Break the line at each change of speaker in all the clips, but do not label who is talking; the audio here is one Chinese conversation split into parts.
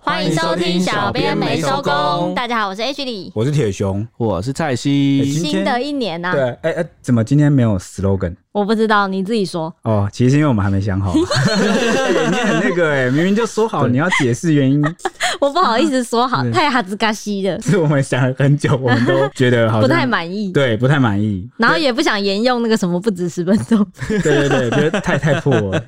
欢迎收听小编没收工
大家好，我是 H 李。
我是铁熊。
我是蔡
哎今
西，
天
新的一年呐、
对，哎、哎、怎么今天没有 slogan？
我不知道你自己说。
哦，其实是因为我们还没想好。哎你很那个哎、明明就说好你要解释原因，
我不好意思说好，
对
太哈兹嘎西了，
是我们想了很久，我们都觉得好
不
像
太满意。
对，不太满意。
然后也不想沿用那个什么不止十分钟，
对对对，觉得太太破了，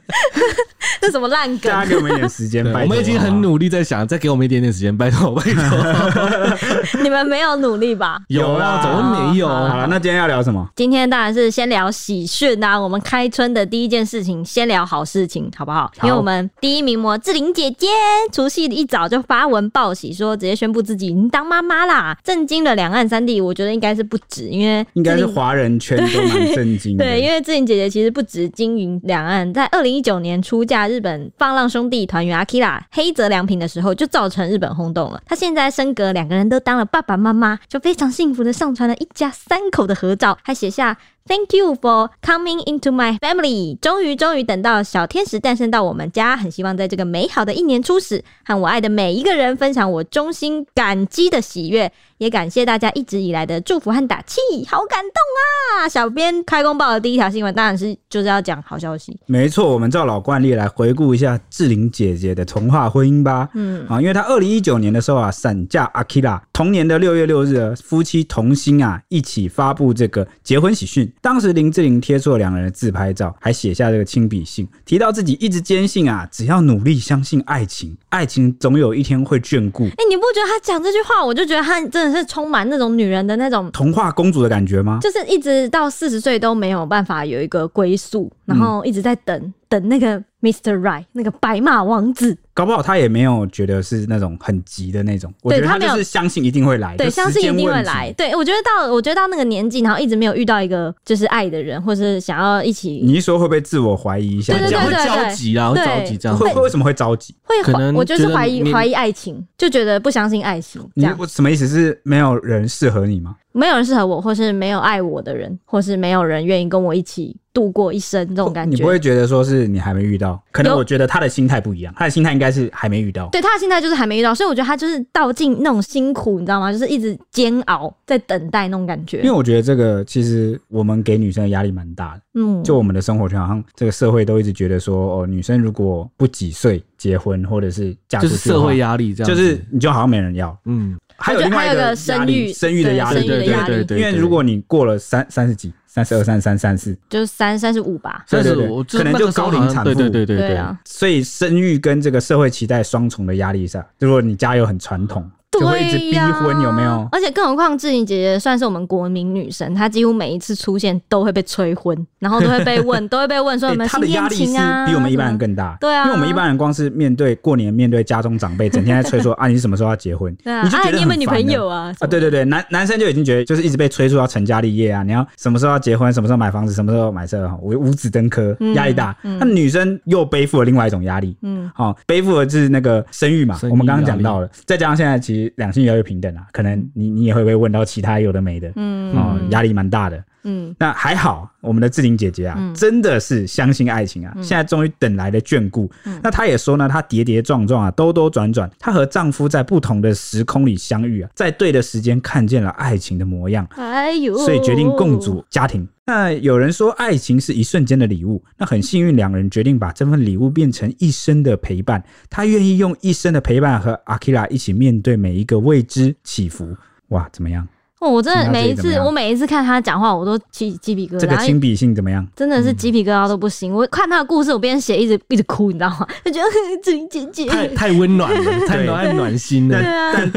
那什么烂梗
大，家给我们一点时间，
对
拜托啊
我们已经很。努力在想，再给我们一点点时间，拜 托拜托。
你们没有努力吧？
有啦
啊，怎么没有？
好不好好了，那今天要聊什么？
今天当然是先聊喜讯啊，我们开春的第一件事情，先聊好事情，好不好？
好
因为我们第一名模志玲姐姐，除夕一早就发文报喜，说直接宣布自己已经当妈妈啦，震惊了两岸三地。我觉得应该是不止，因为
应该
志
是
玲
华人圈都蛮震惊的。
对，因为志玲姐姐其实不止经营两岸，在二零一九年出嫁日本放浪兄弟团员 Akira 黑泽良平的时候，就造成日本轰动了。她现在升格，两个人都当了爸爸妈妈，就非常幸福的上传了一家三口的合照，还写下 Thank you for coming into my family。终于，终于等到小天使诞生到我们家，很希望在这个美好的一年初始，和我爱的每一个人分享我衷心感激的喜悦，也感谢大家一直以来的祝福和打气，好感动。那啊小编开工报的第一条新闻当然是就是要讲好消息，
没错，我们照老惯例来回顾一下志玲姐姐的童话婚姻吧。
嗯，
啊，因为她二零一九年的时候啊，闪嫁 Akira，同年的六月六日，夫妻同心啊，一起发布这个结婚喜讯。当时林志玲贴出了两人的自拍照，还写下这个亲笔信，提到自己一直坚信啊，只要努力相信爱情，爱情总有一天会眷顾。
哎、你不觉得他讲这句话，我就觉得他真的是充满那种女人的那种，
童话公主的感觉吗？
就是一直到四十岁都没有办法有一个归宿，然后一直在等、等那个 Mr. Right 那个白马王子，
搞不好她也没有觉得是那种很急的那种，我
对
觉得
她
她
没有
就是相信一定会来，
对，
就时
相信
间
一定会
问题
来。。对我觉得到我觉得到那个年纪，然后一直没有遇到一个就是爱的人，或是想要一起
你一说会不会自我怀疑一下？
对对
这样
对
会焦急啊，会
对
着急这样子
会。会为什么会着急？
会
可
怀，
能
我就是
觉得
怀疑
你
怀疑爱情，就觉得不相信爱情，这
你
样
我什么意思？是没有人适合你吗？
没有人适合我，或是没有爱我的人，或是没有人愿意跟我一起度过一生这种感
哦你不
觉。
会觉得说是你还没遇到？可能
有
我觉得他的心态不一样，他的心态应该是还没遇到。
对他的心态就是还没遇到，所以我觉得他就是道尽那种辛苦，你知道吗？就是一直煎熬在等待那种感
因为
觉。
我觉得这个其实我们给女生的压力蛮大的，
嗯，
就我们的生活圈好像这个社会都一直觉得说，哦，女生如果不几岁结婚或者是嫁出
就
去
是
的话，
社会压力这样
就
子，
是你就好像没人要。
嗯，
还有另外
还有
一
一个
压
生
力，
育
生育的
对
压
生
力
育，的
对
压力
对对对，
因为如果你过了三三十几、三十二、三三、三四，
就是三三十五吧。
但是
对对对
我
可能
那
就
个时候
高龄
好像
产
对对
妇
对对
对
对
啊，
所以生育跟这个社会期待双重的压力下，如果你家又很传统，就会一直
对
逼
呀、
婚，有没有？
而且更何况志玲姐姐算是我们国民女神，她几乎每一次出现都会被催婚，然后都会被问，都会被问说有没
欸
有
他
新
的压
恋
力是
情啊？
比我们一般
什
人
么
更大。
对啊
因为我们一般人光是面对过年、面对家中长辈，整天在催 说啊，你什么时候要结婚？
对啊，
你就
啊
觉得
你有没有女
很烦
朋
了
友啊？
啊，对对对，男男生就已经觉得就是一直被催促要成家立业啊，你要什么时候要结婚，什么时候买房子，什么时候买车，哈五五子登科，
嗯
压力大。
嗯
那女生又背负了另外一种压力，
嗯，
哦，背负的是那个生育嘛，
生育
我们刚刚讲到了，再加上现在其实两性越来越平等啊，可能你你也会被问到其他有的没的，
嗯
哦，
嗯
压力蛮大的。
嗯，
那还好，我们的志玲姐姐啊，
嗯
真的是相信爱情啊，现在终于等来了眷顾。
嗯
那她也说呢，她跌跌撞撞啊，兜兜转转，她和丈夫在不同的时空里相遇啊，在对的时间看见了爱情的模样，
哎呦，
所以决定共组家庭。那有人说，爱情是一瞬间的礼物。那很幸运，两人决定把这份礼物变成一生的陪伴。她愿意用一生的陪伴和阿 k i r a 一起面对每一个未知起伏。哇，怎么样？
哦，我真的
听到这里
每一
怎么
次，
样
我每一次看他讲话，我都起鸡皮疙瘩，
这个
因为
亲笔信怎么样？
真的是鸡皮疙瘩都不行。我看他的故事，我边写一直一直哭，你知道吗？就觉得 志玲姐姐，
太太温暖了，太暖太暖心了
对。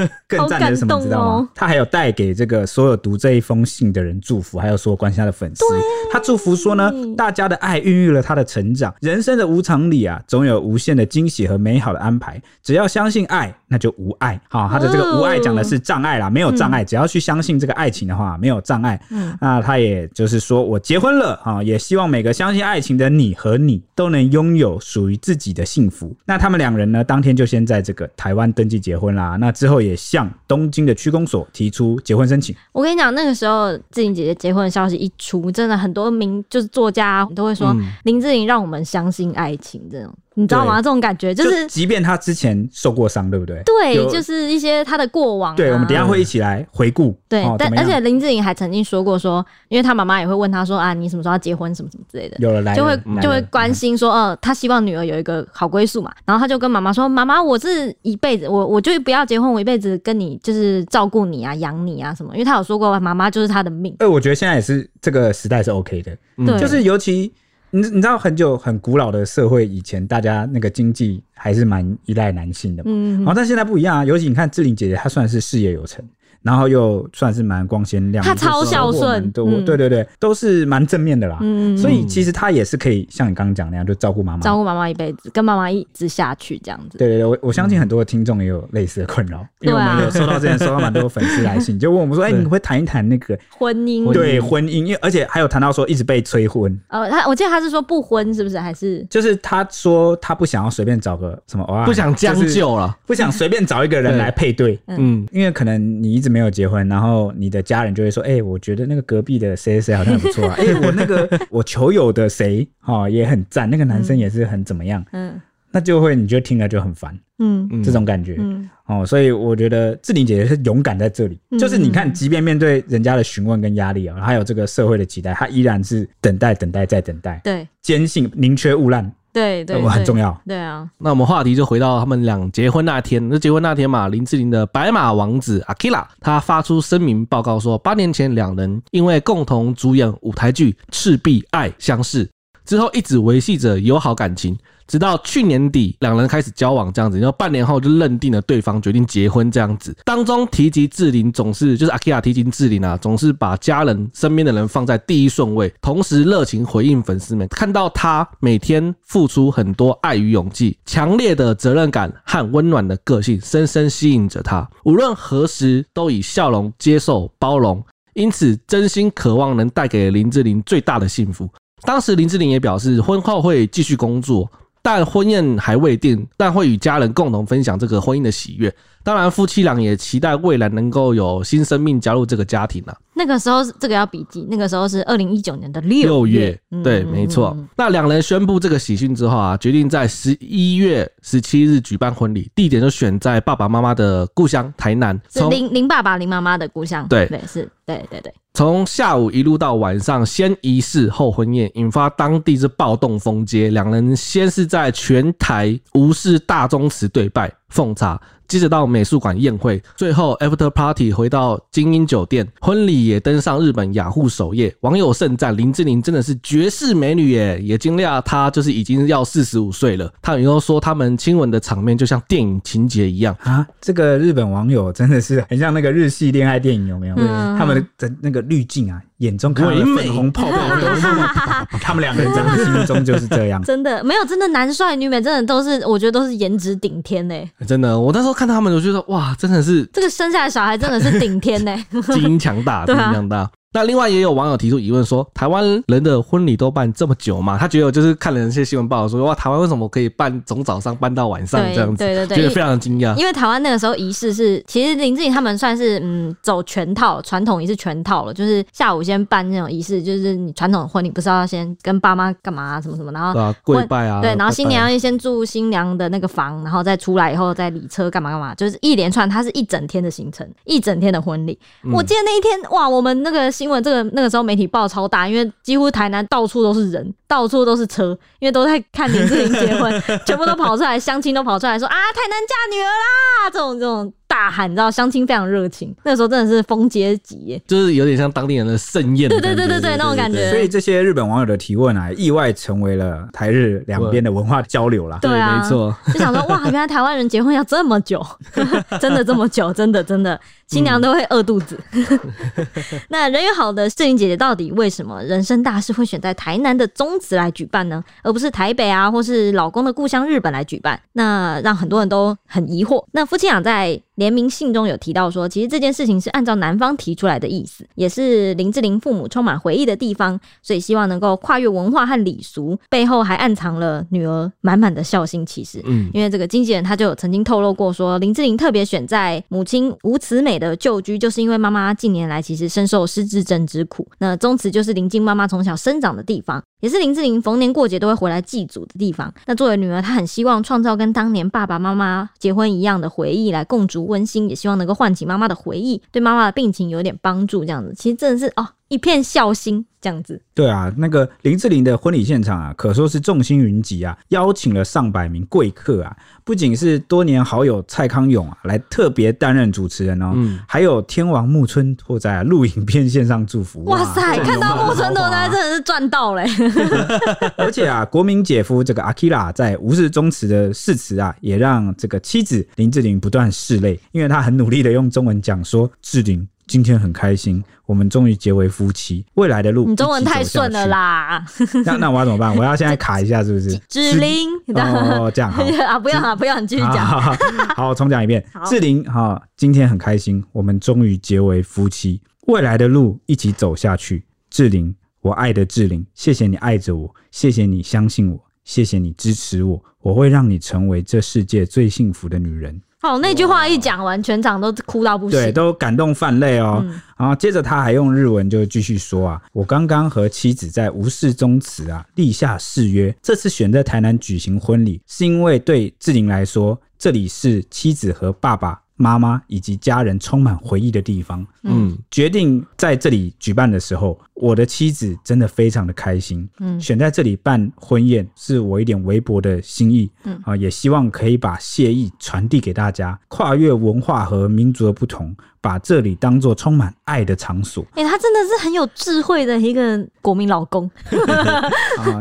啊，
更赞的是什么，
好感动哦
你知道吗？他还有带给这个所有读这一封信的人祝福，还有所有关心他的粉丝。他祝福说呢，大家的爱孕育了他的成长，人生的无常里啊，总有无限的惊喜和美好的安排。只要相信爱，那就无爱。好、他的这个无爱讲的是障碍啦，没有障碍，只要去相信这个爱情的话，没有障碍。
嗯
那他也就是说我结婚了啊，也希望每个相信爱情的你和你都能拥有属于自己的幸福。那他们两人呢，当天就先在这个台湾登记结婚啦。那之后也向东京的区公所提出结婚申请。
我跟你讲，那个时候志玲姐姐结婚的消息一出，真的很多名就是作家啊、都会说、
嗯
林志玲让我们相信爱情这种。你知道吗？这
对
种感觉就是
即便他之前受过伤，对不对？
对啊
有，
就是一些他的过往啊、
对，我们等一下会一起来回顾。
对，
哦、
但
怎
而
么样
且林志颖还曾经说过说，因为他妈妈也会问他说啊，你什么时候要结婚什么什么之类的，
有了来了
就会
来嗯了
就会关心说，呃，他希望女儿有一个好归宿嘛。然后他就跟妈妈说，妈妈，我是一辈子，我我就不要结婚，我一辈子跟你就是照顾你啊，养你啊什么。因为他有说过，妈妈就是他的命。
哎、我觉得现在也是这个时代是 OK 的，
嗯
对，
就是尤其你你知道很久很古老的社会，以前大家那个经济还是蛮依赖男性的嘛，
嗯
然后、，但现在不一样啊，尤其你看志玲姐姐，她算是事业有成。然后又算是蛮光鲜亮丽，
她超
就是
孝顺
我们都
嗯
对对对，都是蛮正面的啦。
嗯
所以其实她也是可以像你刚刚讲那样，就照顾妈妈。
照顾妈妈一辈子，跟妈妈一直下去这样子。
对对对，我我相信很多听众也有类似的困扰，因为我
对啊
们有收到之前收到蛮多粉丝来 信，就问我们说，哎、
对
你会谈一谈那个
婚姻，
婚姻
对婚姻？因为而且还有谈到说一直被催婚，
呃，他我记得他是说不婚，是不是？还是
就是他说他不想要随便找个什么，偶尔
不想将
就是
就了。
不想随便找一个人
对
来 配对。
嗯，
因为可能你一直没有结婚，然后你的家人就会说：“哎、我觉得那个隔壁的谁谁谁好像很 不错啊，哎、我那个我球友的谁哦也很赞，那个男生也是很怎么样，
嗯
那就会你就听了就很烦、
嗯
嗯
这种感觉。
嗯，
哦，所以我觉得志玲姐姐是勇敢在这里，
嗯
就是你看，即便面对人家的询问跟压力啊、还有这个社会的期待，她依然是等待、等待再等待，
对
坚信宁缺毋滥，
对对，
我很
对
重要。
对啊，
那我们话题就回到他们俩结婚那天。那结婚那天嘛，林志玲的白马王子阿 k i l a 他发出声明报告说，八年前两人因为共同主演舞台剧《赤壁爱》相识，之后一直维系着友好感情，直到去年底两人开始交往这样子，然后半年后就认定了对方，决定结婚这样子。当中提及志玲总是就是阿 k i l a 提及志玲啊，总是把家人身边的人放在第一顺位，同时热情回应粉丝们，看到他每天付出很多爱与勇气，强烈的责任感和温暖的个性深深吸引着他，无论何时都以笑容接受包容。因此，真心渴望能带给林志玲最大的幸福。当时林志玲也表示，婚后会继续工作，但婚宴还未定，但会与家人共同分享这个婚姻的喜悦。当然，夫妻俩也期待未来能够有新生命加入这个家庭啊。
那个时候是这个要笔记，那个时候是二零一九年的六
六月，
嗯
对，
嗯
没错
嗯。
那两人宣布这个喜讯之后啊，决定在十一月十七日举办婚礼，地点就选在爸爸妈妈的故乡台南。
是林林爸爸林妈妈的故乡，
对
对是，对对对，
从下午一路到晚上，先仪式后婚宴，引发当地是暴动封街。两人先是在全台无视大钟祠对拜奉茶，接着到美术馆宴会，最后 after party 回到精英酒店，婚礼也登上日本雅虎首页，网友盛赞林志玲真的是绝世美女耶，也惊讶她就是已经要四十五岁了。她以后说他们亲吻的场面就像电影情节一样，
啊，这个日本网友真的是很像那个日系恋爱电影，有没有？
嗯
他们的那个滤镜啊，眼中看到的
唯美
粉红泡泡都是， 他们两个人真的心中就是这样。
真的没有真的男帅女美，真的都是我觉得都是颜值顶天嘞、
真的，我那时候看他们，我就说哇，真的是
这个生下来小孩真的是顶天嘞、欸
基因强大，基
对
因
啊
强大。那另外也有网友提出疑问说，台湾人的婚礼都办这么久嘛？他觉得就是看了那些新闻报道说，哇，台湾为什么可以办从早上办到晚 上
对
这样子，
对对对
觉得非常惊讶。
因为台湾那个时候仪式是，其实林志颖他们算是嗯走全套传统仪式全套了，就是下午先办那种仪式，就是你传统的婚礼不是要先跟爸妈干嘛啊、什么什么，然后
对啊，跪拜啊，
对，然后
拜
新
拜啊
娘要先住新娘的那个房，然后再出来以后再礼车干嘛干嘛，就是一连串，它是一整天的行程，一整天的婚礼。
嗯
我记得那一天哇，我们那个新闻，这个那个时候媒体报超大，因为几乎台南到处都是人，到处都是车，因为都在看林志玲结 婚，全部都跑出来，相亲都跑出来说啊，台南嫁女儿啦，这种这种大喊，你知道相亲非常热情，那个时候真的是风节集耶，
就是有点像当地人的盛宴的
对
感觉，
对对对对那种感觉
所以这些日本网友的提问啊，意外成为了台日两边的文化交流啦。
对
对，
啊，
没错，
就想说哇，原来台湾人结婚要这么久， 真的这么久，真的真的，新娘都会饿肚子。那人缘好的志玲姐姐到底为什么人生大事会选在台南的宗祠来举办呢？而不是台北啊，或是老公的故乡日本来举办？那让很多人都很疑惑。那夫妻俩在联名信中有提到说，其实这件事情是按照男方提出来的意思，也是林志玲父母充满回忆的地方，所以希望能够跨越文化和礼俗，背后还暗藏了女儿满满的孝心。其实，
嗯，
因为这个经纪人他就有曾经透露过说，林志玲特别选在母亲吴慈美的旧居，就是因为妈妈近年来其实深受失智症之苦，那宗祠就是林静妈妈从小生长的地方，也是林志玲逢年过节都会回来祭祖的地方。那作为女儿，她很希望创造跟当年爸爸妈妈结婚一样的回忆来共筑温馨，也希望能够唤起妈妈的回忆，对妈妈的病情有点帮助。这样子，其实真的是哦，一片孝心这样子。
对啊，那个林志玲的婚礼现场啊，可说是众星云集啊，邀请了上百名贵客啊，不仅是多年好友蔡康永啊来特别担任主持人哦，
嗯
还有天王木村拓哉啊录影片线上祝福，啊
哇塞，
这个
看
有
到
没有啊
木村拓哉真的是赚到欸嘞、
而且啊，国民姐夫这个阿 k i r a 在无视宗祠的誓词啊，也让这个妻子林志玲不断拭泪，因为她很努力的用中文讲说：“志玲，今天很开心，我们终于结为夫妻，未来的路
你中文太顺了
一
啦，
起走下去。”那那我要怎么办？我要现在卡一下是不是？
志玲，
哦，这样好。
啊，不要啊，不要，你 继续
好
讲。
好好好，重讲一遍
好。
志玲哈、今天很开心，我们终于结为夫妻，未来的路一起走下去。志玲，我爱的志玲，谢谢你爱着我，谢谢你相信我，谢谢你支持我，我会让你成为这世界最幸福的女人。
好，那句话一讲完，全场都哭到不
对，
行。
都感动泛泪哦。
嗯
然后接着他还用日文就继续说啊，我刚刚和妻子在无事宗祠啊立下誓约，这次选在台南举行婚礼，是因为对志玲来说，这里是妻子和爸爸妈妈以及家人充满回忆的地方。
嗯，
决定在这里举办的时候，我的妻子真的非常的开心。
嗯
选在这里办婚宴是我一点微薄的心意，
嗯
啊，也希望可以把谢意传递给大家，跨越文化和民族的不同，把这里当做充满爱的 场所
哎、他真的是很有智慧的一个国民老公。
啊。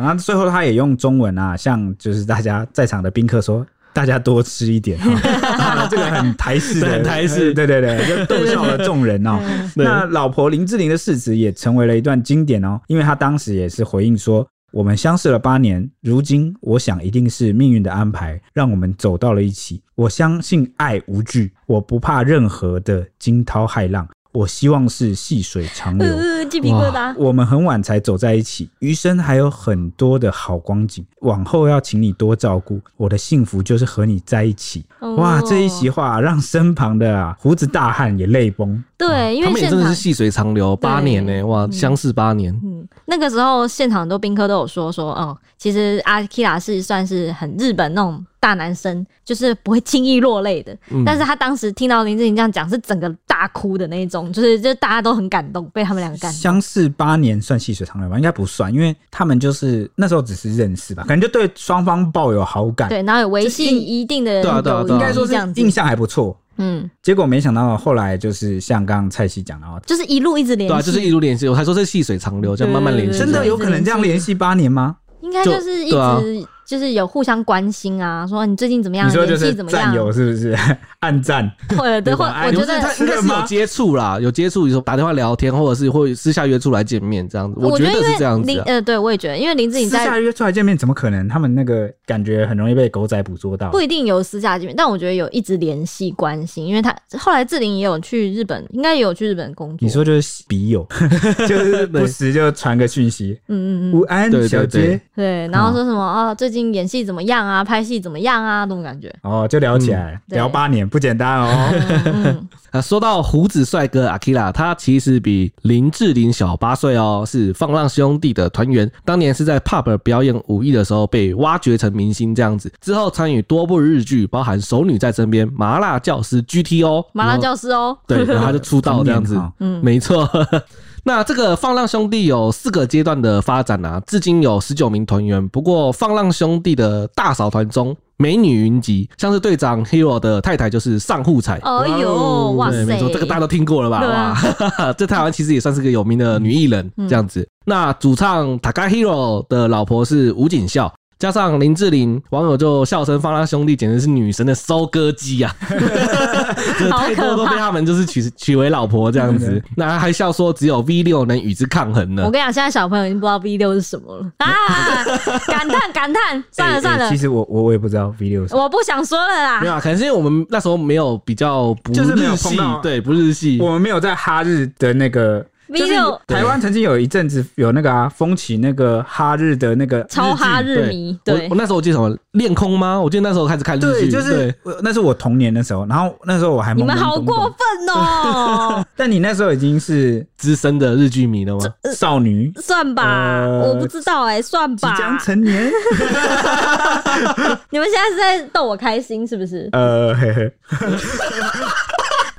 然后最后他也用中文啊，向就是大家在场的宾客说。大家多吃一 点，啊、这个很台式的，
对很台式
对对对，就逗笑了众人哦。
嗯
对
那老婆林志玲的誓词也成为了一段经典哦，因为她当时也是回应说：“我们相识了八年，如今我想一定是命运的安排，让我们走到了一起。我相信爱无惧，我不怕任何的惊涛骇浪，我希望是细水 长流。”
呃，鸡皮疙瘩。
我们很晚才走在一起，余生还有很多的好光景，往后要请你多照顾。我的幸福就是和你在一起。哇，
哦
这一席话让身旁的啊胡子大汉也泪崩。
对，因
他
为
们也
现
真的
场
是细水长流，八年呢、哇，相识八年，
嗯，那个时候现场很多宾客都有说说，哦，其实阿 Kira 是算是很日本那种大男生，就是不会轻易落泪的。
嗯
但是他当时听到林志玲这样讲，是整个大哭的那一种，就是就大家都很感动，被他们两个感动。
相识八年算细水长流吗？应该不算，因为他们就是那时候只是认识吧，可能就对双方抱有好感，
嗯对，然后有维系
就是印
一定的
对啊对啊
友谊
对啊
应该说
这
是
样子
印，象还不错。
嗯，
结果没想到后来就是像刚刚蔡西讲的哦，
就是一路一直联
对啊，
系，
就是一路联系，我还说这细水长流，这样慢慢联系，
对
真的有可能这样联系八年吗？
应该就是一
就对啊
直就是有互相关心啊，说你最近怎么样，
你说就
联系
是
怎么
战友
样，
是不是？暗战
或 者或我
你
觉
们是
得
太
他应哎该是有接触啦，有接触，有时候打电话聊天，或者是会私下约出来见面这样子，
我
觉
因
得
为
是这样子、
林
啊。
呃，对我也觉得，因为林志颖
私
在
下约出来见面，怎么可能？他们那个感觉很容易被狗仔捕捉到。
不一定有私下见面，但我觉得有一直联系关心，因为他后来志玲也有去日本，应该也有去日本工作。
你，说就是笔友， 就是不时就传个讯息，
嗯嗯嗯，
午安
对对
小
对
姐，
对，然后说什么啊、最近演戏怎么样啊，拍戏怎么样啊，那种感觉。
哦，就聊起来，
嗯对
聊八年不简单哦。
嗯，
啊，说到胡子帅哥阿 k i r a 他其实比林志玲小八岁哦，是放浪兄弟的团员。当年是在 pub 表演武艺的时候被挖掘成明星这样子，之后参与多部日剧，包含《熟女在身边》《麻辣教师 GT》哦，
麻辣
然后
教师哦，
对，然后他就出道这样
童
子
年哈，
嗯
没错。 那这个放浪兄弟有四个阶段的发展啊，至今有十九名团员。不过放浪兄弟的大嫂团中，美女云集，像是队长 Hero 的太太就是上户彩。
哎呦，哇
哦对，
塞，
没错，这个大家都听过了吧？
对啊
哇， 这台湾其实也算是个
嗯
有名的女艺人，这样子。那主唱 Taka Hero 的老婆是吴谨孝，加上林志玲，网友就笑称方大兄弟简直是女神的收割机 啊！真的太多都被他们就是 娶娶为老婆这样子，那还笑说只有 V 六能与之抗衡呢
嗯
嗯
我。跟你讲，现在小朋友已经不知道 V 六是什么了 啊！感叹感叹，算了
哎
算
哎
了
其，实我我我也不知道 V 六是什么
我不想说了啦
没。有啊，可能是因为我们那时候没有比较不
就是没有
日
碰
系
到，啊
对，不日系。
我们没有在哈日的那个。
V
就是
六
台湾曾经有一阵子有那个啊，风起那个哈日的那个
超哈
剧
日迷，对
我我，那时候我记得什么恋空吗？我记得那时候开始看日剧，
对，就是
对
我那是我童年的时候，然后那时候我还懵懵
你们好
懂
过
懂，
分 哦！
但你那时候已经是
资深的日剧迷了吗？
少女，
算吧，
呃
我不知道哎、算
即
吧。
将成 年，
你们现在是在逗我开心是不是？
呃，嘿嘿，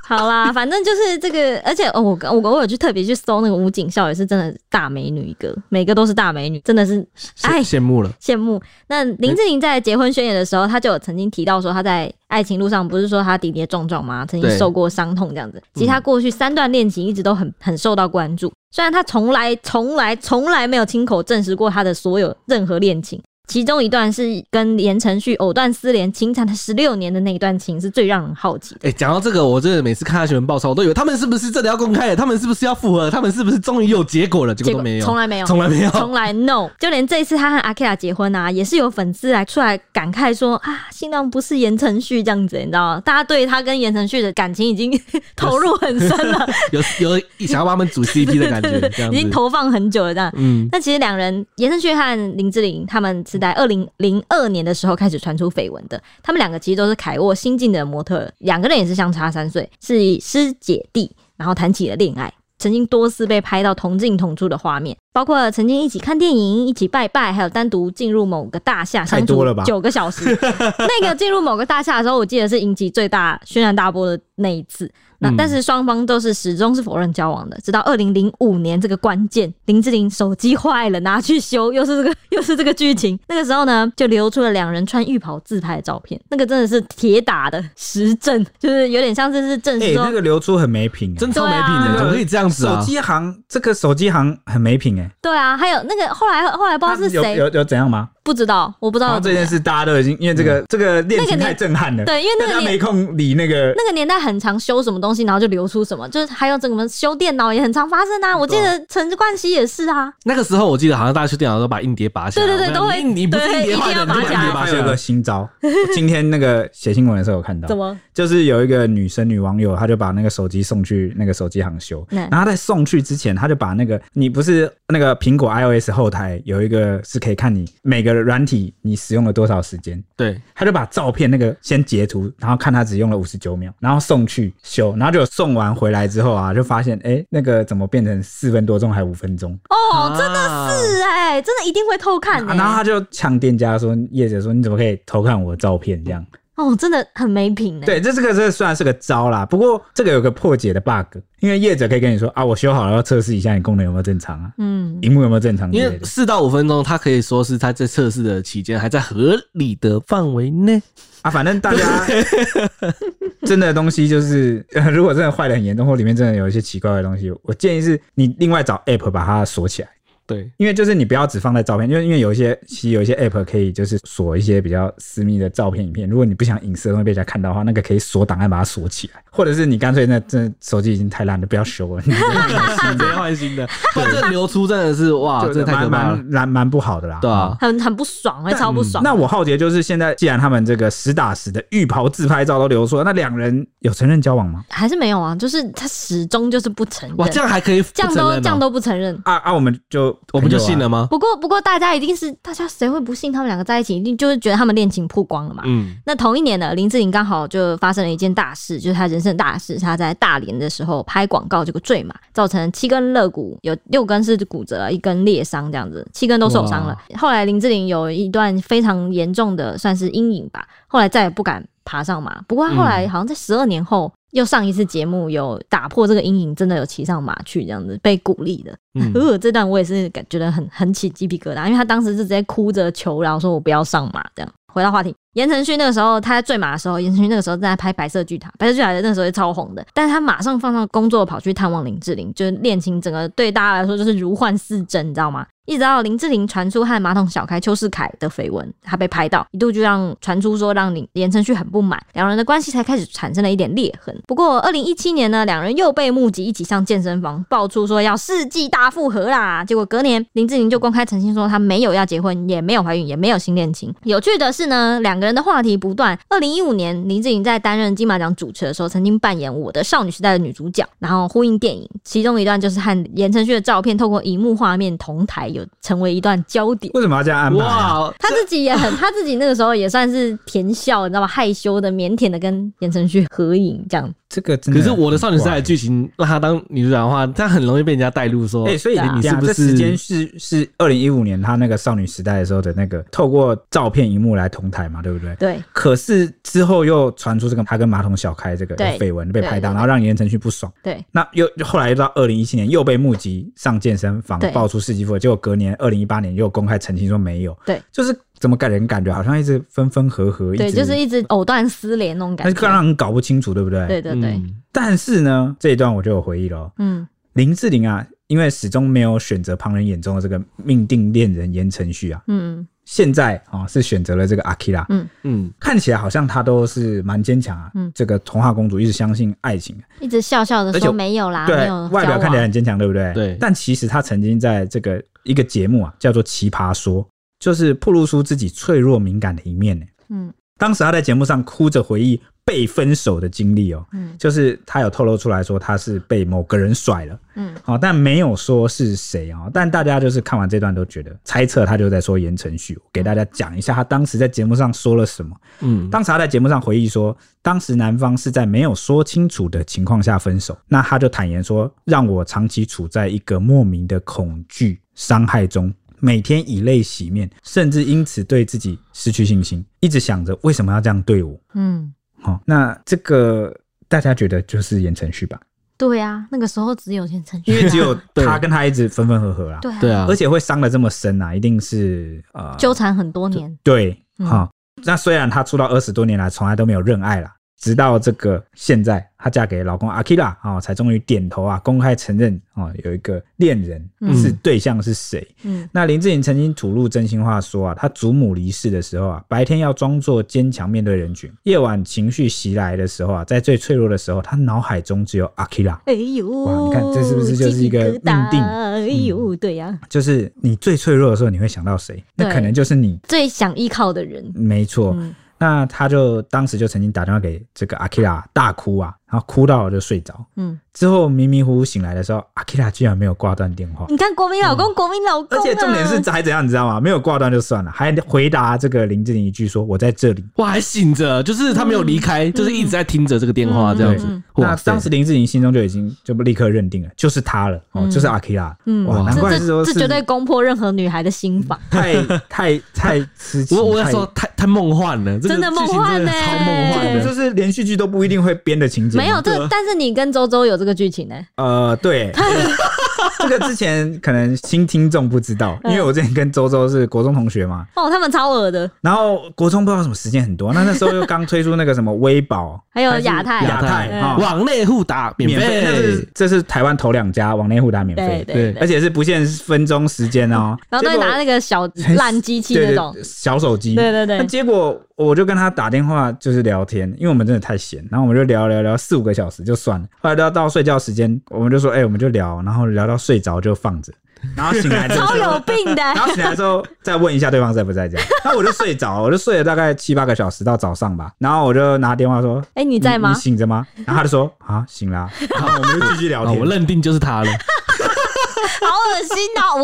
好 啦，反正就是这个，而且哦，我我我有去特别去搜那个吴景孝，也是真的大美女一个，每个都是大美女，真的是哎
羡羡慕了。
羡慕。那林志玲在结婚宣言的时候，她就有曾经提到说，她在爱情路上不是说她跌跌撞撞吗？曾经
对嗯
受过伤痛这样子。其实她过去三段恋情一直都很很受到关注，虽然她从来从来从来没有亲口证实过她的所有任何恋情。其中一段是跟言承旭藕断丝连，情缠了十六年的那一段情，是最让人好奇的。
哎、讲到这个，我真的每次看他新闻爆抄，我都以为他们是不是真的要公开了？他们是不是要复合了？他们是不是终于有结果了？结果
结
都
果
没有，
从来没有，
从来没有。
从 来 no，就连这一次他和阿 K 拉结婚啊，也是有粉丝来出来感慨说啊，新郎不是言承旭这样子，你知道吗？大家对他跟言承旭的感情已经 投入很深了，
有 有一想要帮他们组 CP 的感觉，这样
已经
子。
投放很久了这样。
嗯，
那其实两人言承旭和林志玲他们是在二零零二年的时候开始传出绯闻的。他们两个其实都是凯沃新晋的模特儿，两个人也是相差三岁，是师姐弟，然后谈起了恋爱。曾经多次被拍到同进同出的画面，包括曾经一起看电影、一起拜拜，还有单独进入某个大厦
太
相处
多了吧
九个小 时。那个进入某个大厦的时候，我记得是引起最大轩然大波的那一次。那
嗯
但是双方都是始终是否认交往的，直到二零零五年这个关键，林志玲手机坏了，拿去修，又是这个 又是这个剧情。那个时候呢，就流出了两人穿浴袍自拍的照片，那个真的是铁打的实证，就是有点像这是证
哎
实，说、
那个流出很没品，欸
真超没品
对
的，
啊
怎么可以这样子
手
啊？
机行这个手机行很没品哎，
对啊，还有那个后来后来不知道是
有
谁，
有有怎样吗？
不知道我不知
然
道
后
怎
这
么
件
样
事大家都已经因为这个这个恋情
那个
太震撼了，
对，因为那
但
个
他
年
没空理那个
那个年代很常修什么东西，然后就流出什么，就是还有怎么修电脑也很常发生啊。我记得陈冠希也是啊，
那个时候我记得好像大家去电脑都把硬碟拔下来，
对对对都
我跟你讲
会
你你不是硬碟坏
对
的，你就
一定要
把硬碟
还
拔
有
下
一
来
个。新招，我今天那个写新闻的时候有看 到
怎，么？
就是有一个女生女网友，她就把那个手机送去那个手机行修，
嗯
然后她在送去之前，她就把那个你不是那个苹果 iOS 后台有一个是可以看你每个软体你使用了多少时间。
对，
她就把照片那个先截图，然后看她只用了五十九秒，然后送去修，然后就送完回来之后啊，就发现哎、诶那个怎么变成四分多钟还五分钟？
哦，
真的
是哎、真的一定会偷看、欸
啊然后她就呛店家说，业者说你怎么可以偷看我的照片这样？
哦，真的很没品哎、
对，这这个这虽然是个招啦，不过这个有个破解的 bug，因为业者可以跟你说啊，我修好了要测试一下你功能有没有正常啊，
嗯，
荧幕有没有正常之
因
类
为
的。
四到五分钟，它可以说是它在测试的期间还在合理的范围内。
啊，反正大家 真的东西就是、 呃如果真的坏的很严重，或里面真的有一些奇怪的东西，我建议是你另外找 app 把它锁起来。
对，
因为就是你不要只放在照片，因为因为有一些其实有一些 app 可以就是锁一些比较私密的照片、影片。如果你不想隐私的东西被人家看到的话，那个可以锁档案把它锁起来，或者是你干脆那这手机已经太烂了，不要修了，你就
直接换新 的，不然这流出真的是哇，
就
真的啊太可
蛮
怕了。
蛮蛮蛮不好的啦。嗯
对啊，
很很不爽、欸，超不爽。
那我浩杰就是现在，既然他们这个实打实的浴袍自拍照都流出了，那两人有承认交往吗？
还是没有啊，就是他始终就是不承认，
哇，这样还可以不
这样
承
都
认哦
这样都不承认。
啊啊，我们就
我们就信了吗？
不过不过，大家一定是大家谁会不信他们两个在一起，一定就是觉得他们恋情曝光了嘛。
嗯，
那同一年呢，林志玲刚好就发生了一件大事，就是她人生的大事，她在大连的时候拍广告，结果坠马，造成七根肋骨有六根是骨折，一根裂伤这样子，七根都受伤了。后来林志玲有一段非常严重的算是阴影吧，后来再也不敢爬上马。不过她后来好像在十二年后。又上一次节目有打破这个阴影，真的有骑上马去这样子被鼓励的。
嗯
呃，这段我也是感觉得很很起鸡皮疙瘩，因为他当时是直接哭着求饶，说我不要上马这样。回到话题，言承旭那个时候他在坠马的时候，言承旭那个时候正在拍《白色巨塔》，《白色巨塔》那个时候也超红的，但是他马上放上工作跑去探望林志玲，就是恋情整个对大家来说就是如幻似真，你知道吗？一直到林志玲传出和马桶小开邱世凯的绯闻，他被拍到，一度就让传出说让林言承旭很不满，两人的关系才开始产生了一点裂痕。不过，二零一七年呢，两人又被目击一起上健身房，爆出说要世纪大复合啦。结果隔年，林志玲就公开澄清说她没有要结婚，也没有怀孕，也没有新恋情。有趣的是呢，两个人的话题不断。二零一五年，林志玲在担任金马奖主持的时候，曾经扮演《我的少女时代》的女主角，然后呼应电影，其中一段就是和言承旭的照片透过荧幕画面同台，有成为一段焦点。
为什么要这样安排啊、
嗯哇，
他自己也 很，他自己那个时候也算是甜笑，你知道吗？害羞的、腼腆的跟言承旭合影这样。
这个真的
可是
很
我的少女时代
怪
的剧情让她当女主角的话，她很容易被人家带入说
哎、，所以
对啊
你
是不
这时
是
间是是二零一五年他那个少女时代的时候的那个透过照片荧幕来同台嘛，对不对？
对，
可是之后又传出这个他跟马桶小开这个
对
绯闻被拍
对对
到，
对
然后让言承旭不爽。
对，
那又后来又到二零一七年又被目击上健身房
对
爆出世纪复合，结果隔年二零一八年又公开澄清说没有。
对，
就是怎么给人感觉好像一直分分合合，
对，
一直
就是一直藕断丝连那种感
那
觉
更。让人搞不清楚，对不对？
对对对，
嗯
但是呢，这一段我就有回忆喽。
嗯，
林志玲啊，因为始终没有选择旁人眼中的这个命定恋人言承旭啊，
嗯，
现在啊、是选择了这个阿 k i r a
嗯，
看起来好像她都是蛮坚强啊。
嗯
这个童话公主一直相信爱情，
一直笑笑的
而且
说没有啦，啊没
对
有，
外表
交
看起来
往
很坚强，对不对？
对
但其实她曾经在这个一个节目啊，叫做《奇葩说》，就是暴露出自己脆弱敏感的一面呢。
嗯
当时她在节目上哭着回忆被分手的经历哦，
嗯
就是她有透露出来说她是被某个人甩了。
嗯，
好、但没有说是谁哦。但大家就是看完这段都觉得猜测他就在说言承旭。我给大家讲一下他当时在节目上说了什么。
嗯，
当时他在节目上回忆说，当时男方是在没有说清楚的情况下分手，那他就坦言说，让我长期处在一个莫名的恐惧伤害中。每天以泪洗面，甚至因此对自己失去信心，一直想着为什么要这样对我。
嗯，
好、那这个大家觉得就是言承旭吧？
对啊，那个时候只有言承旭啊，
因为只有
对
他跟他一直分分合合啦。
对啊，
对啊
而，且会伤的这么深啊，一定是呃，
纠缠很多年，
对
嗯
哈、那虽然她出道二十多年来从来都没有认爱啦，直到这个现在，她嫁给老公阿 k i r a 啊、才终于点头啊，公开承认啊、哦有一个恋人、
嗯
是对象是谁。
嗯
那林志颖曾经吐露真心话说啊，她祖母离世的时候啊，白天要装作坚强面对人群，夜晚情绪袭来的时候啊，在最脆弱的时候，她脑海中只有阿 k i r a
哎呦，
哇你看这是不是就是一个
鸡
嗯
皮疙瘩
命定
哎呦，对呀、
就是你最脆弱的时候，你会想到谁？那
对
可能就是你。
最想依靠的人，
没错，
嗯
那他就当时就曾经打电话给这个阿 k i r a 大哭啊，然后哭到就睡着。
嗯，
之后迷迷糊糊醒来的时候，阿 k i r a 居然没有挂断电话，
你看国民老公，国民老公、
嗯而
啊，
且重点是还怎样，你知道吗？没有挂断就算了，还回答这个林志玲一句说：“我在这里。
哇，还醒着，就是她没有离开，就是一直在听着这个电话
嗯
这样子
嗯嗯。”
哇
那
塞，
当时林志玲心中就已经就立刻认定了，就是他了，哦，就是阿 k i r a
嗯
哇，
哇
难怪
这
是说
这这
是
绝对攻破任何女孩的心房，
太太太痴情，
我我要
太
说太太梦幻了，这个
真的梦
剧情
幻
真的
呢
超梦幻的
这就。是连续剧都不一定会编的情节吗，
没有这，但是你跟周周有这个剧情呢、
呃，对， 这个之前可能新听众不知道，
嗯
因为我之前跟周周是国中同学嘛，
哦，他们超恶的，
然后国中不知道什么时间很多，那那时候又刚推出那个什么微保
还有亚太，
亚太
嗯
啊，哦
往内互打免
免费，那
费
是，这是台湾头两家往内互打免
对
费，
对
对
而
对，
且是不限分钟时间哦，
然后都会
结果
拿那个小烂机器那种
对，对小手机，
对对对
那结果我就跟他打电话，就是聊天，因为我们真的太闲，然后我们就聊聊聊四五个小时就算了。后来到到睡觉时间，我们就说，哎、我们就聊，然后聊到睡着就放着，然后醒来的时
超
候，
有病 的、
然后醒来之后再问一下对方在不在家。那我就睡着，我就睡了大概七八个小时到早上吧。然后我就拿电话说，
哎、你在吗
你？醒着吗？然后他就说啊，醒啦。然后我们就继续聊
啊，
天。
我认定就是他了。
好恶心啊！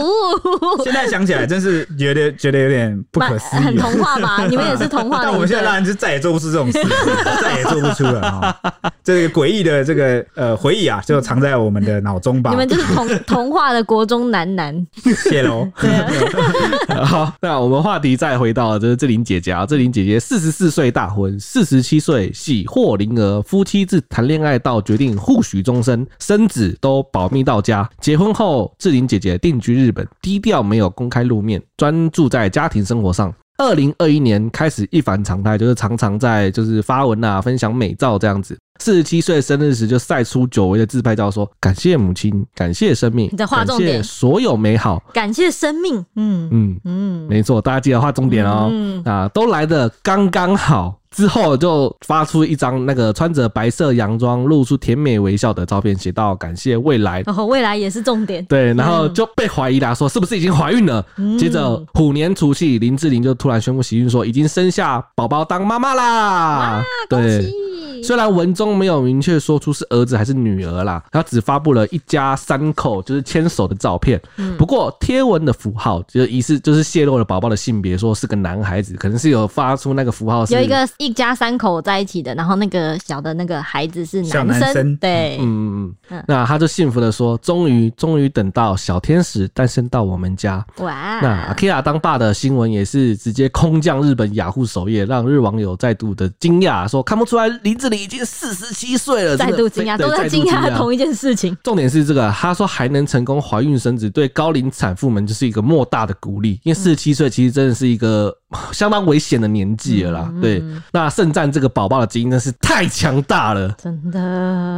呜、
现在想起来真是觉得觉得有点不
蛮
可思议、啊
很童话吧？ 你们也是童话的一对，
但我们现在当然是再也做不出这种事， 再也做不出了啊、这个诡异的这个呃回忆啊，就藏在我们的脑中吧
你。们就是童 童话的国中男男，
谢 喽。
啊
嗯 好，那我们话题再回到这是志玲姐姐啊，志玲姐姐四十四岁大婚，四十七岁喜获麟儿，夫妻自谈恋爱到决定互许终身，生子都保密到家。结婚后，志玲姐姐定居日本，低调没有公开露面，专注在家庭生活上。二零二一年开始一反常态，就是常常在就是发文啊，分享美照这样子。四十七岁生日时就晒出久违的自拍照说，感谢母亲，感谢生命，
你在画重
感谢
点
所有美好。
感谢生命，嗯
嗯，
嗯，
没错，大家记得画重点哦。
嗯
啊，都来的刚刚好。之后就发出一张那个穿着白色洋装、露出甜美微笑的照片，写到感谢未来。
然哦后未来也是重点，
对，然后就被怀疑啦，说是不是已经怀孕了？
嗯
接着虎年除夕，林志玲就突然宣布喜讯，说已经生下宝宝当妈妈啦。对，
咦
虽然文中没有明确说出是儿子还是女儿啦，他只发布了一家三口就是牵手的照片。
嗯
不过贴文的符号就是疑似就是泄露了宝宝的性别，说是个男孩子，可能是有发出那个符号是
有一个一家三口在一起的，然后那个小的那个孩子是
小
男
男生
对，
嗯嗯嗯
嗯，
那他就幸福的说，终于终于等到小天使诞生到我们家。嗯那阿
哇，
k i a 当爸的新闻也是直接空降日本雅虎首页，让日网友再度的惊讶，说看不出来林志玲已经四十七岁了，
再
真的
度惊讶，
对
都在
再度
惊讶同
意。
一件事情，
重点是这个，他说还能成功怀孕生子，对高龄产妇们就是一个莫大的鼓励，
嗯
因为四十七岁其实真的是一个 相当危险的年纪了
嗯
啦。对，那盛赞这个宝宝的基因真是太强大了。
真的，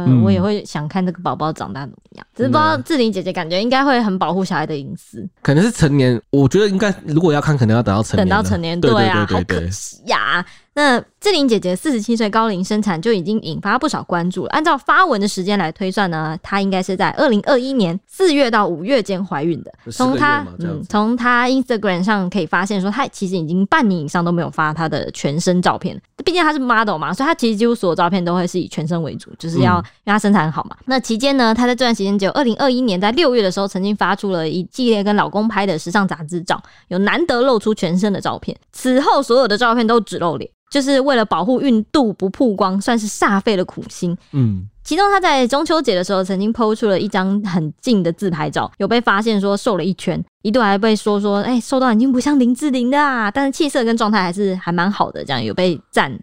嗯
我也会想看这个宝宝长大怎么样，只是不知道志玲姐姐感觉应该会很保护小孩的隐私，
可能是成年，我觉得应该如果要看，可能要等到成年
等
了，
到成年，
对
啊，
对
好
对
可
对，
惜呀。那志玲姐姐四十七岁高龄生产就已经引发不少关注了。按照发文的时间来推算呢，她应该是在二零二一年四月到五月间怀孕的。
十个
从
月
她
嘛这样
嗯
子，
从她 Instagram 上可以发现说，她其实已经半年以上都没有发她的全身照片。毕竟她是 model 嘛，所以她其实几乎所有照片都会是以全身为主，就是要、因为她身材很好嘛。那期间呢，她在这段时间只有二零二一年在六月的时候，曾经发出了一系列跟老公拍的时尚杂志照，有难得露出全身的照片。此后所有的照片都只露脸，就是为了保护孕肚不曝光，算是煞费了苦心。
嗯。
其中，她在中秋节的时候曾经抛出了一张很近的自拍照，有被发现说瘦了一圈，一度还被说说，哎、瘦到已经不像林志玲的啊，但是气色跟状态还是还蛮好的，这样有被赞。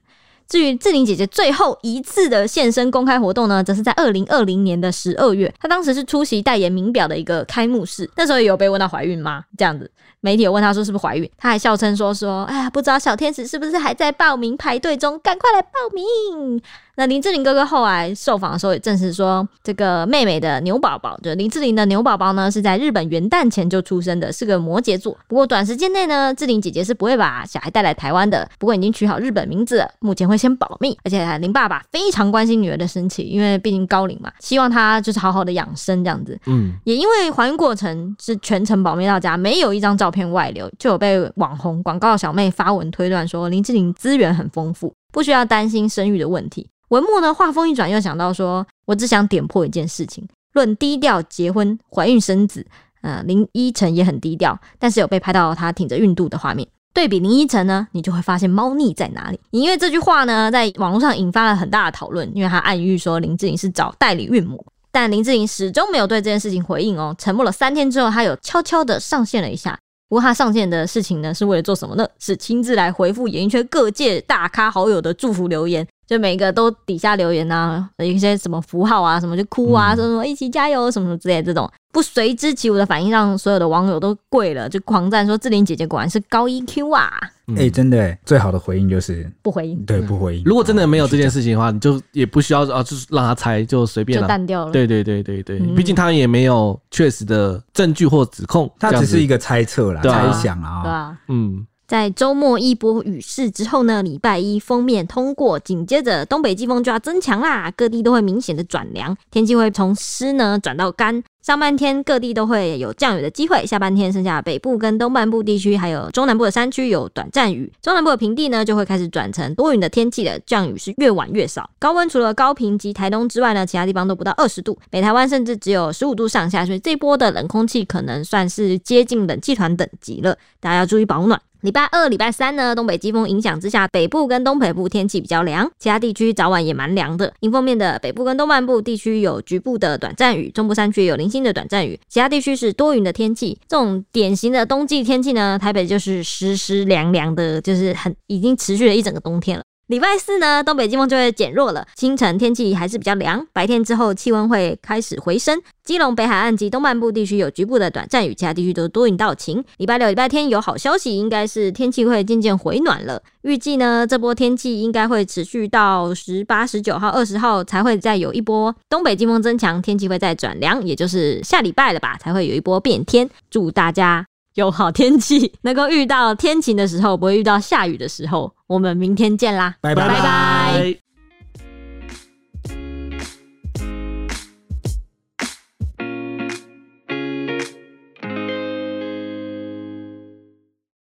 至于志玲姐姐最后一次的现身公开活动呢，则是在二零二零年的十二月，她当时是出席代言名表的一个开幕式，那时候也有被问到怀孕吗？这样子，媒体有问她说是不是怀孕，她还笑称说说，哎呀，不知道小天使是不是还在报名排队中，赶快来报名。那林志玲哥哥后来受访的时候也证实说，这个妹妹的牛宝宝，就是林志玲的牛宝宝呢，是在日本元旦前就出生的，是个摩羯座。不过短时间内呢，志玲姐姐是不会把小孩带来台湾的，不过已经取好日本名字了，目前会先保密。而且林爸爸非常关心女儿的身体，因为毕竟高龄嘛，希望她就是好好的养生这样子。
嗯，
也因为怀孕过程是全程保密到家，没有一张照片外流，就有被网红广告小妹发文推断说林志玲资源很丰富，不需要担心生育的问题。文末呢话锋一转，又想到说，我只想点破一件事情：论低调结婚、怀孕生子，呃，林依晨也很低调，但是有被拍到她挺着孕肚的画面。对比林依晨呢，你就会发现猫腻在哪里。因为这句话呢，在网络上引发了很大的讨论，因为她暗喻说林志玲是找代理孕母。但林志玲始终没有对这件事情回应哦。沉默了三天之后，她有悄悄的上线了一下。不过她上线的事情呢，是为了做什么呢？是亲自来回复演艺圈各界大咖好友的祝福留言，就每个都底下留言啊，有一些什么符号啊，什么就哭啊，
嗯
说什么一起加油，什么什么之类的这种不随之起舞的反应，让所有的网友都跪了，就狂赞说志玲姐姐果然是高 EQ 啊！
哎、真的、欸，最好的回应就是
不回应
对不回应。
嗯如果真的没有这件事情的话，你就也不需要啊，就是让他猜，就随便
就
了。
淡掉了。
对对对对对，
嗯
毕竟他也没有确实的证据或指控，
他只是一
个
个猜测啦，
对啊
猜想啊、
对啊，
嗯，
在周末一波雨势之后呢，礼拜一封面通过，紧接着东北季风就要增强啦，各地都会明显的转凉，天气会从湿呢转到干。上半天各地都会有降雨的机会，下半天剩下北部跟东半部地区还有中南部的山区有短暂雨，中南部的平地呢就会开始转成多云的天气了，降雨是越晚越少。高温除了高平及台东之外呢，其他地方都不到二十度，北台湾甚至只有十五度上下，所以这波的冷空气可能算是接近冷气团等级了，大家要注意保暖。礼拜二、礼拜三呢，东北季风影响之下，北部跟东北部天气比较凉，其他地区早晚也蛮凉的。迎风面的北部跟东半部地区有局部的短暂雨，中部山区也有零星的短暂雨，其他地区是多云的天气。这种典型的冬季天气呢，台北就是湿湿凉凉的，就是很已经持续了一整个冬天了。礼拜四呢，东北季风就会减弱了，清晨天气还是比较凉，白天之后气温会开始回升。基隆北海岸及东半部地区有局部的短暂雨，其他地区都多云到晴。礼拜六、礼拜天有好消息，应该是天气会渐渐回暖了。预计呢，这波天气应该会持续到十八、十九号、二十号才会再有一波东北季风增强，天气会再转凉，也就是下礼拜了吧，才会有一波变天。祝大家有好天气，能够遇到天晴的时候，不会遇到下雨的时候。我们明天见啦，
拜拜
拜拜